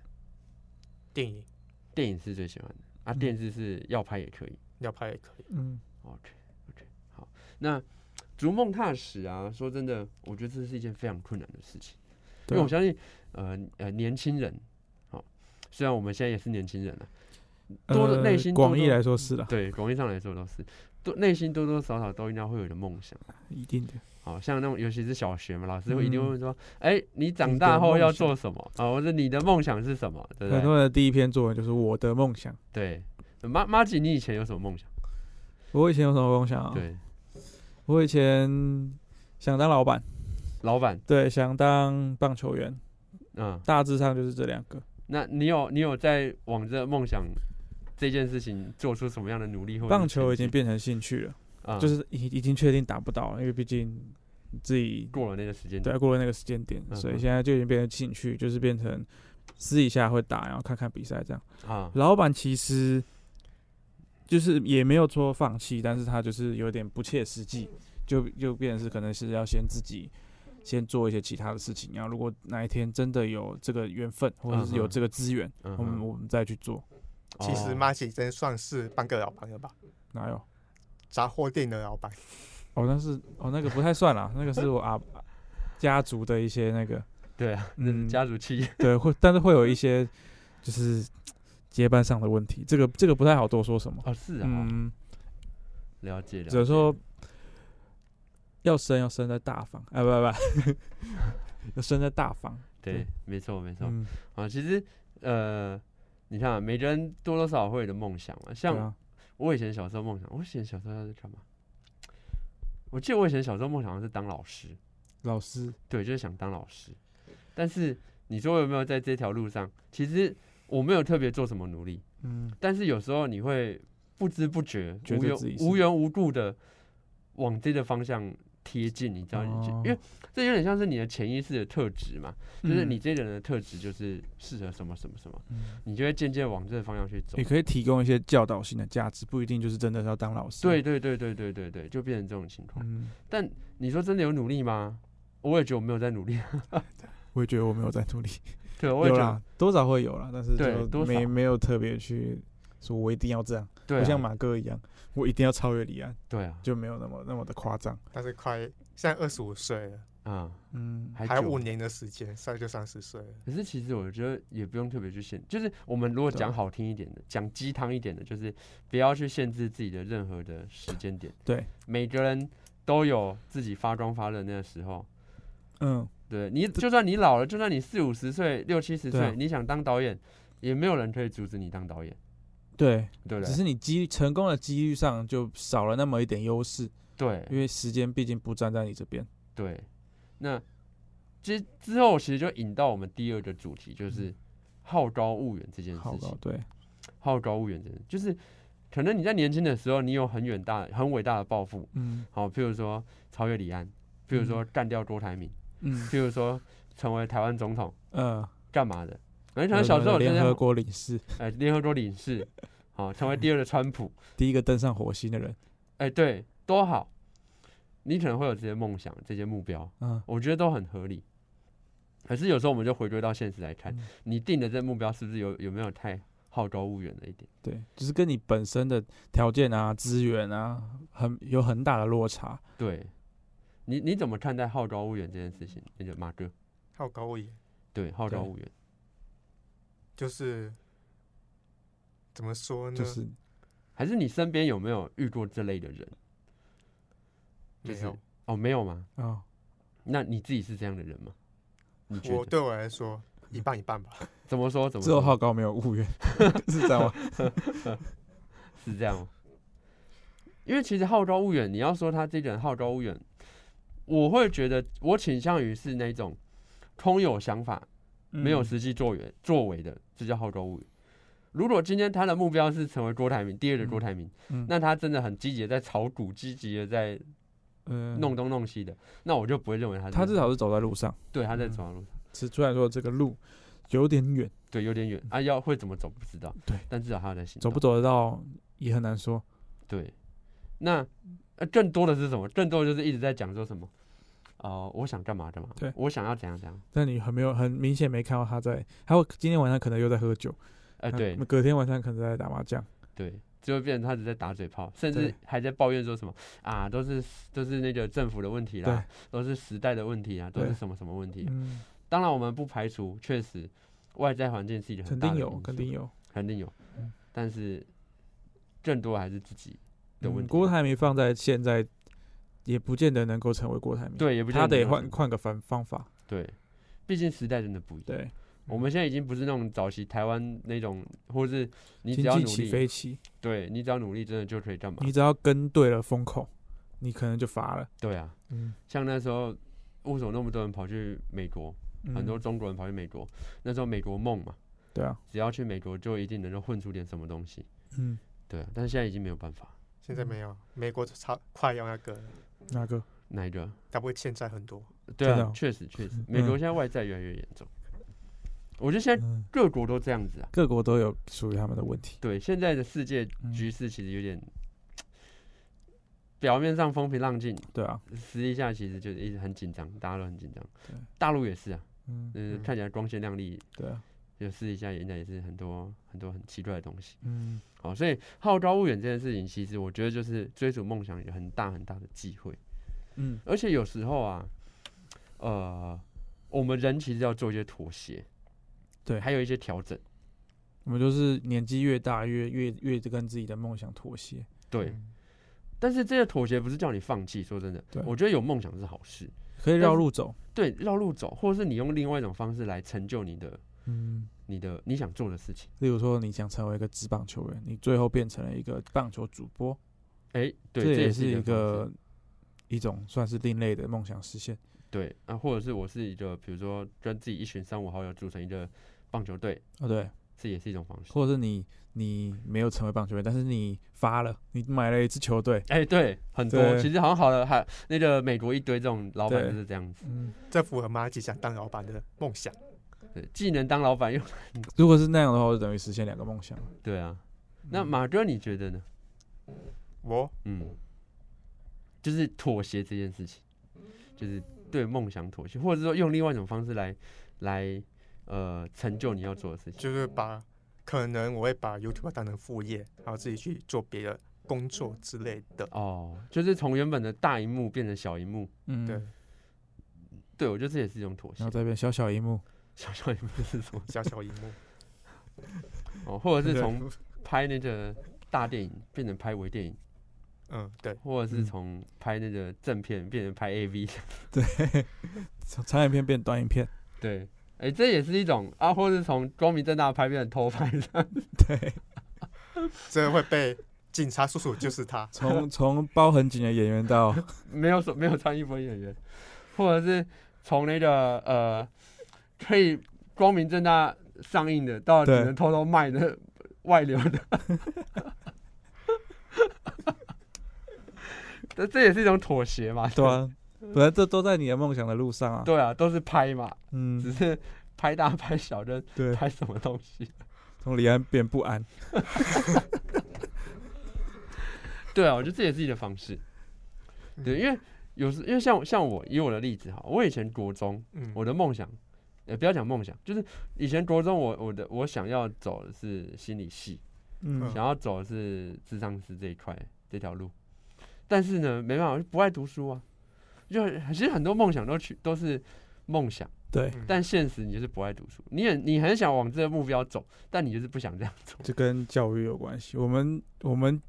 D: 电影
B: 电影是最喜欢的啊，
C: 嗯
B: 电视是要拍也可以。
D: 要拍也可以，
C: 嗯，
B: OK OK，好，那逐梦踏实啊，说真的，我觉得这是一件非常困难的事情，因
C: 对
B: 为
C: 啊
B: 我相信，呃呃，年轻人，好、虽然我们现在也是年轻人了、多的
C: 呃
B: 内心多
C: 广义
B: 多
C: 来说是的，
B: 对广义上来说都是，多内心多多少少都应该会有的梦想。
C: 一定的。
B: 好哦像那种尤其是小学嘛，老师会一定会
C: 嗯
B: 问说：“哎、你长
C: 你
B: 大
C: 的
B: 后
C: 梦
B: 要
C: 想
B: 做什么啊？或者你的梦想是什么？”对不
C: 很
B: 对？
C: 多人的第一篇作文就是我的梦想。
B: 对，妈妈吉，你以前有什么梦想？
C: 我以前有什么梦想啊？
B: 对，
C: 我以前想当老板，
B: 老板，
C: 对，想当棒球员，
B: 嗯，
C: 大致上就是这两个。
B: 那你有你有在往这梦想这件事情做出什么样的努力或者是
C: 棒球
B: 前
C: 已经
B: 进
C: 变成兴趣了，
B: 啊，
C: 就是已已经确定打不到了，因为毕竟自己
B: 过了那个时间
C: 对
B: 点。
C: 啊过了那个时间点，
B: 嗯
C: 所
B: 嗯
C: 以现在就已经变成兴趣，就是变成私底下会打，然后看看比赛这样。
B: 啊，
C: 老板其实就是也没有说放弃，但是他就是有点不切实际，就就变成是可能是要先自己先做一些其他的事情，然后如果哪一天真的有这个缘分或者是
B: 嗯
C: 有
B: 哼
C: 这个资源，
B: 嗯
C: 我们
B: 哼
C: 我们再去做。
D: 其实
B: 哦
D: m a g i 真算是半个老板了吧，
C: 哪有？
D: 杂货店的老板。
C: 哦，那是哦，那个不太算啦，那个是我啊家族的一些那个，
B: 对啊，
C: 嗯，
B: 家族企业，
C: 对会，但是会有一些就是接班上的问题，这个这个不太好多说什么。
B: 哦，是啊，
C: 嗯，
B: 了解了
C: 只能
B: 解。
C: 说要生要生在大房，哎，不不 不，要生在大房。
B: 对，没错没错。
C: 嗯，
B: 啊，其实呃，你看、啊，每个人多多少少会有的梦想嘛。
C: 对
B: 像
C: 啊，
B: 我以前小时候梦想，我以前小时候要是干嘛？我记得我以前小时候梦想好像是当老师，
C: 老师
B: 对，就是想当老师。但是你说我有没有在这条路上？其实我没有特别做什么努力，
C: 嗯，
B: 但是有时候你会不知不觉、
C: 觉
B: 无
C: 得
B: 缘
C: 自己是
B: 无缘无故的往这个方向贴近，你知道？你就因为
C: 哦
B: 这有点像是你的潜意识的特质嘛，就是
C: 嗯
B: 你这个人的特质就是适合什么什么什么，
C: 嗯
B: 你就会渐渐往这个方向去走
C: 也。可以提供一些教导性的价值，不一定就是真的是要当老师。
B: 对，对对对对对对，就变成这种情况。
C: 嗯，
B: 但你说真的有努力吗？我也觉得我没有在努力，
C: 我也觉得我没有在努力，
B: 对，我也
C: 有
B: 觉得
C: 啦，多少会有啦，但是
B: 对
C: 就
B: 多
C: 没
B: 少
C: 没有特别去说我一定要这样，
B: 对、啊，
C: 不像马哥一样，我一定要超越李安，
B: 对啊，
C: 就没有那么那么的夸张。
D: 但是快现在二十五岁了，
B: 啊、
C: 嗯，
B: 还
D: 还有
B: 久
D: 五年的时间，再就三十岁了。
B: 可是其实我觉得也不用特别去限，就是我们如果
C: 对啊
B: 讲好听一点的，讲鸡汤一点的，就是不要去限制自己的任何的时间点。
C: 对，
B: 每个人都有自己发光发热那个时候。
C: 嗯，
B: 对你，就算你老了，就算你四五十岁、六七十
C: 对啊
B: 岁，你想当导演，也没有人可以阻止你当导演，
C: 对，
B: 对不
C: 只
B: 对？
C: 是你机成功的几率上就少了那么一点优势，因
B: 对
C: 为时间毕竟不站在你这边。
B: 对。那其实之后其实就引到我们第二个主题，
C: 嗯
B: 就是好高骛远这件
C: 好
B: 事情
C: 高。对，
B: 好高骛远的人，就是可能你在年轻的时候，你有很远大、很伟大的抱负，
C: 嗯
B: 好，譬如说超越李安，譬如说干掉郭台铭，
C: 嗯
B: 譬如说成为台湾总统，
C: 呃，
B: 干嘛的？你可
C: 有
B: 能小时候真
C: 联合
B: 的
C: 国领事，
B: 哎，联合国领事，好，成为第二的川普，
C: 第一个登上火星的人，
B: 哎，对，多好。你可能会有这些梦想、这些目标，
C: 嗯，
B: 我觉得都很合理。可是有时候我们就回归到现实来看，
C: 嗯
B: 你定的这目标是不是有有没有太好高骛远了一点？
C: 对，就是跟你本身的条件啊、资源啊，很有很大的落差。
B: 对，你你怎么看待好高骛远这件事情？那个马哥，
D: 还有高也
B: 对，好高
C: 对
B: 骛远，
D: 就是怎么说呢？
C: 就是
B: 还是你身边有没有遇过这类的人？就
D: 没
B: 是
D: 有。
B: 哦，没有吗？
C: 啊、哦，
B: 那你自己是这样的人吗？你觉
D: 我
B: 得嗯
D: 对我来说一半一半吧。
B: 怎么说？怎么
C: 只有
B: 说
C: 好高没有婺源， 是这样 吗？
B: 是这样吗？因为其实好高骛远，你要说他这个人好高骛远，我会觉得我倾向于是那种空有想法，没有
C: 嗯
B: 实际作为作为的，这叫好高骛远。如果今天他的目标是成为郭台铭第二的郭
C: 嗯
B: 台铭，
C: 嗯
B: 那他真的很积极的在炒股，积极的在
C: 嗯
B: 弄东弄西的，那我就不会认为他是
C: 他至少是走在路上，
B: 对他在
C: 嗯
B: 走上路上，
C: 是虽然说这个路有点远，
B: 对有点远啊，要会怎么走不知道，
C: 对，
B: 但至少他有在行
C: 走
B: 动
C: 不走得到也很难说。
B: 对。那呃更多的是什么？更多的就是一直在讲说什么，呃，我想干嘛干嘛，
C: 对
B: 我想要怎样怎样，
C: 但你很没有很明显没看到他在，还有今天晚上可能又在喝酒，
B: 哎、
C: 那
B: 对
C: 隔天晚上可能在打麻将，
B: 对，就会变成他只在打嘴炮，甚至
C: 对
B: 还在抱怨说什么啊，都是都是那个政府的问题啦，都是时代的问题啊，都是
C: 对
B: 什么什么问题。
C: 嗯，
B: 当然，我们不排除确实外在环境是一个很
C: 肯
B: 大
C: 定
B: 的
C: 有，
B: 因
C: 肯
B: 素
C: 定有。
B: 肯定有
C: 嗯，
B: 但是更多还是自己的问
C: 嗯，
B: 题。
C: 郭台铭放在现在，也不见得能够成为郭台铭，
B: 对，也不见
C: 他
B: 能
C: 得
B: 有
C: 换
B: 什么
C: 换个方方法，
B: 对，毕竟时代真的不一样。
C: 对，
B: 我们现在已经不是那种早期台湾那种，或是你只
C: 经
B: 要
C: 济
B: 努
C: 起
B: 力，
C: 飞期，
B: 对你只要努力，真的就可以干嘛？
C: 你只要跟对了风口，你可能就乏了，
B: 对啊，
C: 嗯，
B: 像那时候为什么那么多人跑去美国？很多
C: 嗯
B: 中国人跑去美国，那时候美国梦嘛，
C: 对啊，
B: 只要去美国就一定能够混出点什么东西。
C: 嗯，
B: 对啊，但是现在已经没有办法。
D: 现在没有，美国差快要那个了，
C: 那个
B: 哪一个？
D: 他不会欠债很多。
B: 对
C: 真的
B: 啊
C: 哦，
B: 确实确 实，美国
C: 嗯
B: 现在外债越来越严重。我觉得现在
C: 嗯，
B: 各国都这样子啊。
C: 各国都有属于他们的问题，
B: 对，现在的世界
C: 嗯
B: 局势其实有点、表面上风平浪静，
C: 对啊，
B: 实际下其实就是一直很紧张，大家都很紧张
C: 对。
B: 大陆也是啊，
C: 嗯，
B: 嗯、
D: 嗯
B: 看起来光鲜亮丽，
C: 对啊，
B: 就私底下也应该也是很多很多很奇怪的东西。
C: 嗯，
B: 好，哦所以好高骛远这件事情，其实我觉得就是追逐梦想有很大很大的忌讳，
C: 嗯，
B: 而且有时候啊，呃，我们人其实要做一些妥协，
C: 对
B: 还有一些调整，
C: 我们就是年纪越大越越越跟自己的梦想妥协。
B: 对。
D: 嗯
B: 但是这些妥协不是叫你放弃，说真的
C: 对，
B: 我觉得有梦想是好事，
C: 可以
B: 但
C: 绕
B: 是
C: 路走。
B: 对，绕路走，或者是你用另外一种方式来成就你的、
C: 嗯，
B: 你的、你想做的事情。
C: 例如说你想成为一个职棒球员，你最后变成了一个棒球主播，
B: 哎、对，
C: 这
B: 这
C: 也
B: 也
C: 是一
B: 一方式
C: 个一种算是另类的梦想实现。
B: 对啊，或者是我是一个，比如说跟自己一群三五好友组成一个棒球队，
C: 哦，对，
B: 这也是一种方式。
C: 或者是你你没有成为棒球员，但是你发了，你买了一支球队，
B: 哎、对，很多
C: 对
B: 其实好像好了，还那个美国一堆这种老板
C: 对
B: 就是这样子，
C: 嗯，
D: 这符合马吉想当老板的梦想。
B: 对，既能当老板又
C: 如果是那样的话，我就等于实现两个梦想了。
B: 对啊。那
D: 嗯
B: 马哥你觉得呢？
D: 我
B: 嗯，就是妥协这件事情，就是对梦想妥协，或者说用另外一种方式来来呃成就你要做的事情。
D: 就是把可能我会把 YouTube 当成副业，然后自己去做别的工作之类的。
B: 哦，就是从原本的大荧幕变成小荧幕，
C: 嗯，
D: 对，
B: 对我觉得这也是一种妥协
C: 然后。再变小小一幕，
B: 小小荧幕是什么？
D: 小小荧 幕，
B: 哦，或者是
C: 对
B: 从拍那个大电影变成拍微电影，
D: 嗯，对，
B: 或者是
C: 嗯
B: 从拍那个正片变成拍 AV。
C: 长长影片变短影片，
B: 对，哎、这也是一种啊，或者是从光明正大拍变成偷拍的。
C: 对，。
D: 这会被警察叔叔就是他
C: 从从包很紧的演员到
B: 没有说没有穿衣服的演员，或者是从那个呃可以光明正大上映的，到只
C: 对
B: 能偷偷卖的外流 的。这这也是一种妥协嘛？
C: 对啊，本来这都在你的梦想的路上啊。
B: 对啊，都是拍嘛，只
C: 嗯，
B: 是拍大拍小的，
C: 对，
B: 拍什么东西？
C: 从李安变不安，
B: 对啊，我觉得这也是一个方式。对，因为有时因为像像我以我的例子哈，我以前国中
D: 嗯，
B: 我的梦想，呃，不要讲梦想，就是以前国中我我的我想要走的是心理系，
C: 嗯
D: 嗯
B: 想要走的是智商师这一块这条路，但是呢，没办法，我就不爱读书啊，就很其实很多梦想都去都是梦想，
C: 对，
D: 嗯
B: 但现实你就是不爱读书，你很你很想往这个目标走，但你就是不想这样做，
C: 这跟教育有关系。我们我们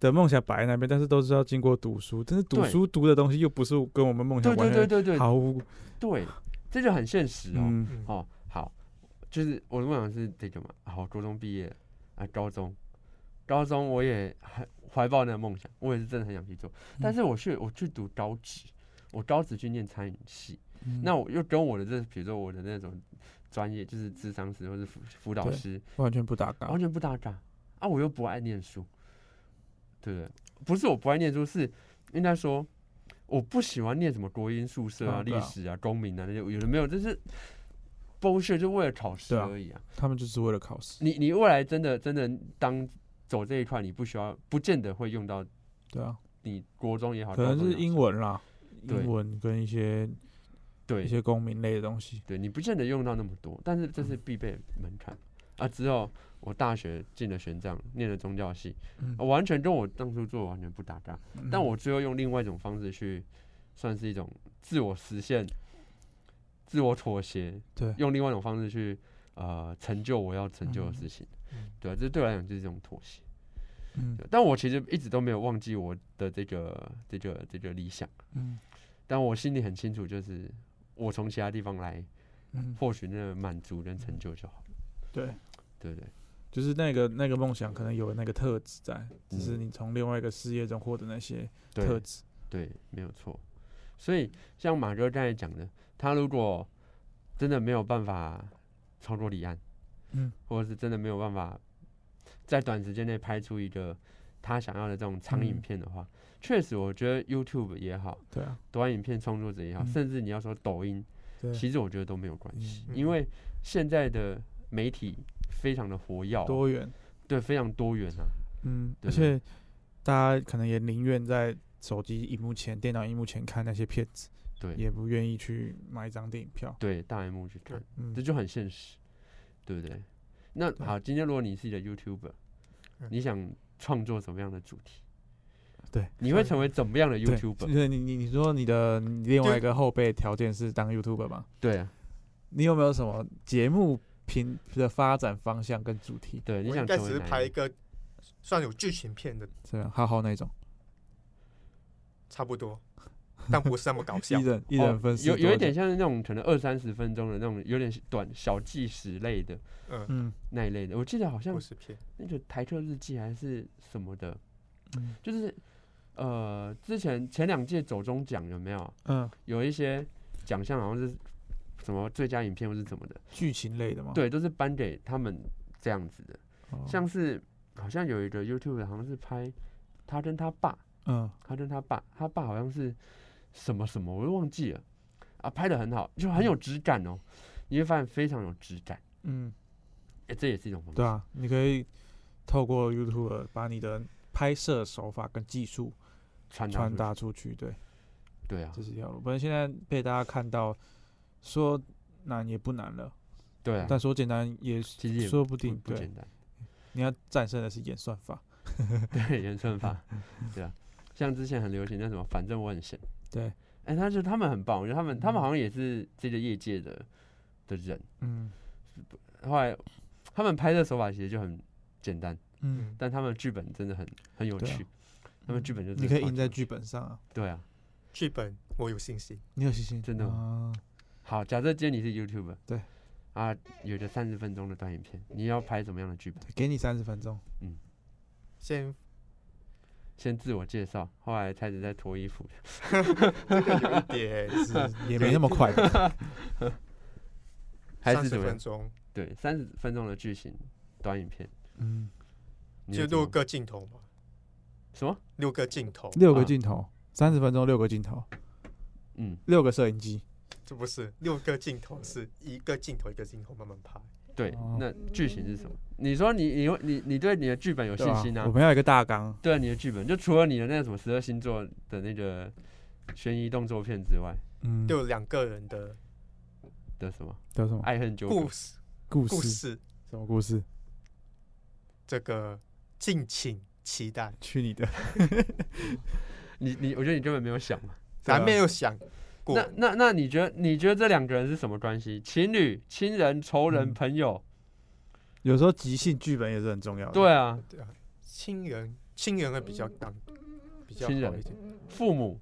C: 的梦想摆在那边，但是都是要经过读书，但是读
B: 对
C: 书读的东西又不是跟我们梦
B: 嗯
C: 想
B: 对
C: 完
B: 对
C: 全
B: 对对对
C: 毫无
B: 对，这就很现实哦。
C: 嗯
D: 嗯
B: 哦，好，就是我的梦想是这个嘛。好，高中毕业了啊，高中，高中我也还怀抱那个梦想，我也是真的很想去做。但
C: 嗯
B: 是我去我去读高职，我高职去念餐饮系，
C: 嗯
B: 那我又跟我的这，比如说我的那种专业，就是智商师或是辅辅导
C: 对
B: 师，
C: 完全不搭嘎
B: 完。全不搭嘎啊！我又不爱念书，对不对？不是我不爱念书，是应该说我不喜欢念什么国英宿舍啊、
C: 啊
B: 历、
C: 对啊
B: 史啊、公民啊那些，有的没有，就是 bullshit，就为了考试
C: 对啊
B: 而已啊。
C: 他们就是为了考试，
B: 你你未来真的真的当走这一块，你不需要，不见得会用到
C: 对啊，
B: 你国中也好，
C: 可能
B: 高中
C: 是
B: 也好
C: 英文啦，
B: 对
C: 英文跟一些一
B: 对
C: 些公民类的东西。
B: 对，你不见得用到那么多，但是这是必备门槛啊。只有我大学进了玄奘，念了宗教系，
C: 嗯
B: 啊完全跟我当初做的完全不搭嘎。
C: 嗯
B: 但我最后用另外一种方式去，算是一种自我实现、自我妥协，
C: 对
B: 用另外一种方式去呃成就我要成就的事情，
D: 嗯
B: 对啊，这对我来讲就是一种妥协。
C: 嗯
B: 对但我其实一直都没有忘记我的这个、这个、这个理想，
C: 嗯
B: 但我心里很清楚，就是我从其他地方来
C: 嗯，
B: 获取那个满足跟成就就好，
C: 对，
B: 对不对？
C: 就是那个那个梦想可能有那个特质在，只是
B: 嗯
C: 你从另外一个事业中获得那些
B: 对
C: 特质。
B: 对，没有错。所以像马哥刚才讲的，他如果真的没有办法超过离岸，
C: 嗯，
B: 或者是真的没有办法在短时间内拍出一个他想要的这种长影
C: 嗯
B: 片的话，确实我觉得 YouTube 也好，
C: 对啊，
B: 短影片创作者也好，
C: 嗯
B: 甚至你要说抖音，
C: 对，
B: 其实我觉得都没有关系，
D: 嗯
B: 因为现在的媒体非常的活跃啊、
C: 多元。
B: 对，非常多元啊，
C: 嗯，
B: 对
C: 而
B: 不对
C: 且大家可能也宁愿在手机荧幕前、电脑荧幕前看那些片子，
B: 对
C: 也不愿意去买一张电影票。
B: 对，大荧幕去看，
C: 嗯
B: 这，就很现实。对不对？那
D: 对
B: 好，今天如果你是一个 YouTuber，
D: 嗯
B: 你想创作什么样的主题？
C: 对，
B: 你会成为怎么样的 YouTuber？
C: 对，你你你说你的你另外一个后备条件是当 YouTuber 吗？
B: 对啊，
C: 你有没有什么节目频的发展方向跟主题？
B: 对，你
D: 我
B: 想
D: 应该
B: 成
D: 只
B: 为
D: 是
B: 哪
D: 拍
B: 一
D: 一
B: 个？
D: 个算有剧情片的
C: 是吧？浩浩那种，
D: 差不多， 但不是那么搞笑
C: 一。人一
B: 哦
C: 人分饰
B: 有
C: 多
B: 有一
C: 角
B: 点，像是那种可能二三十分钟的那种，有点短小纪实类的
D: 嗯，
C: 嗯，
B: 那一类的。我记得好像
D: 故事片
B: 那个台客日记还是什么的，
C: 嗯
B: 就是呃，之前前两届走中奖有没有？
C: 嗯，
B: 有一些奖项好像是什么最佳影片或是怎么的，
C: 剧情类的嘛。
B: 对，都是颁给他们这样子的。
C: 哦，
B: 像是好像有一个 YouTube 好像是拍他跟他爸，
C: 嗯，
B: 他跟他爸，他爸好像是什么什么，我又忘记了啊，拍的很好，就很有质感哦，你会发现非常有质感，
C: 嗯，
B: 哎、这也是一种方式
C: 对。啊，你可以透过 YouTube 把你的拍摄手法跟技术
B: 传达
C: 传
B: 出
C: 达出去，对，
B: 去对啊
C: 这，是一条路。不然现在被大家看到，说难也不难了，
B: 对啊，
C: 但说简单也
B: 其实也
C: 说不定。
B: 不
C: 对
B: 简，单，
C: 你要战胜的是演算法。
B: 对，演算 法，对啊，像之前很流行那什么，反正我很闲，
C: 对，
B: 哎、他就他们很棒，我觉得他们他们
C: 嗯
B: 好像也是这个业界的的人，
C: 嗯
B: 后来他们拍摄手法其实就很简单，
C: 嗯，
B: 但他们的剧本真的很很有
C: 对啊
B: 趣，他们剧本就
C: 你
B: 真的
C: 可以
B: 画
C: 赢在
B: 出来
C: 剧本上啊，
B: 对啊。
D: 剧本我有信心，
C: 你有信心？
B: 真的
C: 啊
B: 好，假设今天你是 YouTube，
C: 对，
B: 啊，有个三十分钟的短影片，你要拍什么样的剧本？
C: 给你三十分钟，
D: 先
B: 先自我介绍，后来开始在脱衣服，
D: 有一点
C: 是也没那么快。
B: 还
D: 三
B: 是
D: 十
B: 怎么
D: 分
B: 样？
D: 钟，
B: 对，三十分钟的剧情短影片，
C: 嗯，
B: 你
D: 就
B: 有什么
D: 六个镜头嘛，
B: 什么？
D: 六个镜头，
C: 六个
B: 啊
C: 镜头，三十分钟，六个镜头，
B: 嗯，
C: 六个摄影机。
D: 这不是六个镜头，是一个镜头一个镜头慢慢拍。
B: 对，
C: 哦
B: 那剧情是什么？你说你你会你你对你的剧本有
C: 对
B: 信
C: 吧
B: 心啊？
C: 我们要有一个大纲，
B: 对啊，你的剧本就除了你的那个什么十二星座的那个悬疑动作片之外
C: 嗯，
D: 就有两个人的
B: 的什么
C: 叫什么
B: 爱恨纠葛
D: 故，事，
C: 故
D: 故
C: 事？
D: 事
C: 什么故事？
D: 这个敬请期待。
B: 嗯
C: 去你 的！
B: 你你我觉得你根本没有想嘛。
C: 对啊
D: 咱没有想过
B: 那那那你觉得你觉得这两个人是什么关系？情侣、亲人、仇人、
C: 嗯
B: 朋友？
C: 有时候即兴剧本也是很重要的。
B: 对啊，
D: 亲人，亲人会比较当比较
B: 亲人
D: 好一点，
B: 父母，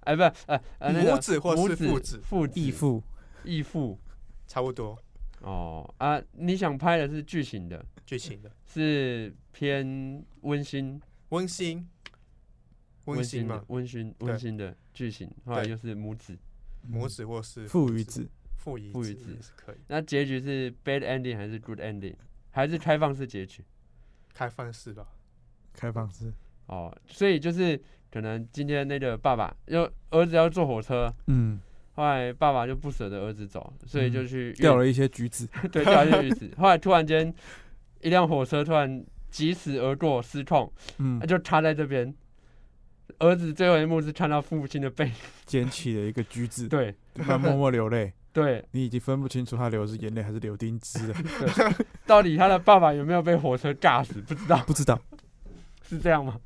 B: 哎，不是，哎哎，那
D: 母
B: 个
D: 子或
B: 母
D: 是
B: 子
D: 父子
B: 父
C: 义
B: 子、
C: 父，
B: 义父。
D: 差不多
B: 哦啊，你想拍的是剧情的，
D: 剧情的
B: 是偏温馨、
D: 温馨，温馨
B: 馨的嗯
D: 嘛、，
B: 温馨、温馨的剧情，后来
D: 对
B: 又是母子，
D: 母子或是
C: 嗯父与子，
D: 父与
B: 父与
D: 子
B: 子
D: 也是可以，
B: 那结局是 bad ending 还是 good ending，还是开放式结局？
D: 开放式吧，
C: 开放式。
B: 哦，所以就是可能今天那个爸爸要儿子要坐火车，
C: 嗯，
B: 后来爸爸就不舍得儿子走，所以就
C: 嗯
B: 去越
C: 掉了一些橘子。
B: 对，掉下去 死。后来突然间，一辆火车突然疾驶而过，失控，
C: 嗯
B: 那，就插在这边。儿子最后一幕是看到父亲的背影，
C: 捡起了一个橘子，
B: 对
C: 他默默流泪。
B: 对
C: 你已经分不清楚他流的是眼泪还是流丁汁了，
B: 对，到底他的爸爸有没有被火车炸死？不知道
C: 不知道。
B: 是这样吗？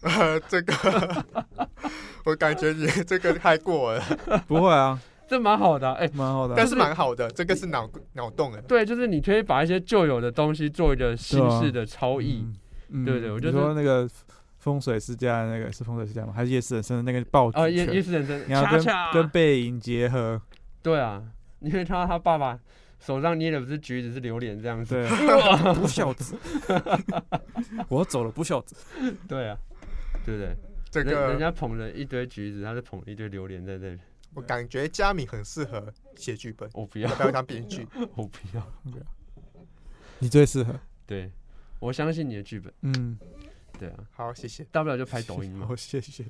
D: 呃，这个 我感觉你这个太过了，
C: 不会啊，
B: 这蛮好的啊、哎、
C: 蛮好的啊。
D: 但是蛮好的，这个是脑脑洞的，
B: 对，就是你可以把一些旧有的东西做一个新式的超意，
C: 嗯，嗯
B: 对对我就
C: 你
B: 是
C: 说那个风水世家的那个是风水世家吗？还是夜市人生的那个爆
B: 啊，
C: 菊
B: 也
C: 拳
B: 也是人生
C: 你要
B: 恰
C: 跟
B: 恰
C: 跟背影结合，
B: 对啊，你会看到他爸爸手上捏的不是橘子是榴莲这样子，
C: 对， 不孝子，我走了，不孝子，
B: 对啊，对不对？
D: 这
B: 人人
D: 个
B: 家捧了一堆橘子，他是捧了一堆榴莲在这里。
D: 我感觉佳敏很适合写剧本，
B: 我不
D: 要
B: 要，
D: 不要当编 剧？
B: 我不要。
C: 你最适合，
B: 对，我相信你的剧本。
C: 嗯，
B: 对啊，
D: 好，谢谢。
B: 大不了就拍抖音嗯嘛
C: 好，。谢谢，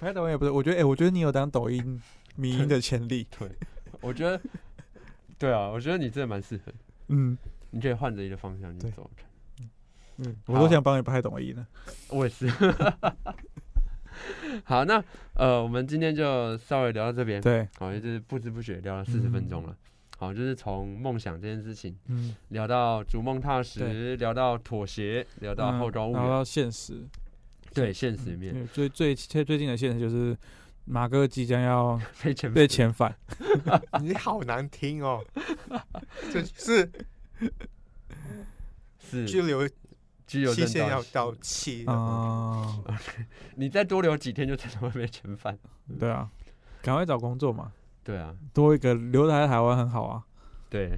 C: 拍抖音也不是，我觉得，哎、我觉得你有当抖音迷音的潜 力，
B: 我觉得，对啊，我觉得你真的蛮适合，
C: 嗯
B: 你可以换着一个方向去
C: 对
B: 走。
C: 嗯，我都
B: 好嗯
C: 想帮你拍抖音了，
B: 我也是。 好，那呃，我们今天就稍微聊到这边。
C: 对，
B: 好，也就是不知不觉聊了四十分钟了。好，就是从梦想这件事情
C: 嗯，
B: 聊到逐梦踏实，聊到妥协，聊到
C: 嗯
B: 后庄物
C: 然后嗯
B: 语，
C: 到现实
B: 对现实
C: 因
B: 面
C: 为最最最最近的现实就是马哥即将要
B: 被前
C: 被 遣返，
D: 你好难听哦，这是
B: 嗯是
D: 拘留
B: 拘留
D: 期
B: 证
D: 限要
B: 到期
D: 到
B: 嗯
D: 期了。
C: 啊，
B: 你再多留几天就真的会被遣 返。
C: 对啊，赶快找工作嘛，
B: 对啊，
C: 多一个留在台湾很好啊，
B: 对，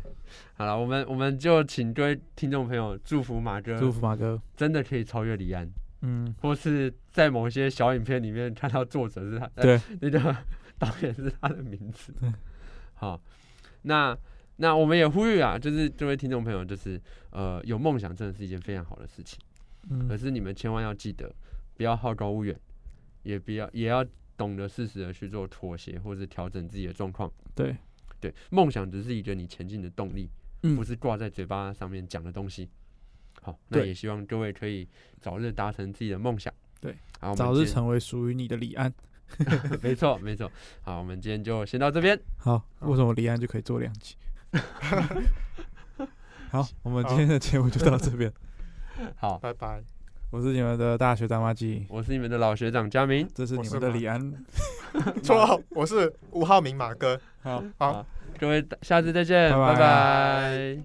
B: 好了，我们我们就请各位听众朋友祝福马哥
C: 祝福马哥，
B: 真的可以超越离岸，
C: 嗯，
B: 或是在某些小影片里面看到作者是他，
C: 对，
B: 那个导演是他的名字。好，那那我们也呼吁啊，就是各位听众朋友，就是呃，有梦想真的是一件非常好的事情，可
C: 嗯，
B: 是你们千万要记得，不要好高骛远，也不要也要懂得适时的去做妥协或是调整自己的状况。
C: 对，
B: 对，梦想只是一个你前进的动力，
C: 嗯
B: 不是挂在嘴巴上面讲的东西。好，那
C: 对
B: 也希望各位可以早日达成自己的梦想。
C: 对，
B: 好，我们
C: 早日
B: 今
C: 成为属于你的李安。
B: 天。 没错，没错。好，我们今天就先到这边。
C: 好，
D: 好
C: 为什么李安就可以做两集？ 好，我们今天的节目就到这边。
B: 好，
D: 拜拜。
C: 我是你们的大学大妈鸡，
B: 我是你们的老学长佳明。
C: 这是
D: 我
C: 你
D: 是
C: 们的
D: 马
C: 李安。
D: 绰号我是吴浩明马哥。
C: 好。
D: 好
B: 好。各位下次再见，
C: 拜
B: 拜
C: 拜
B: 拜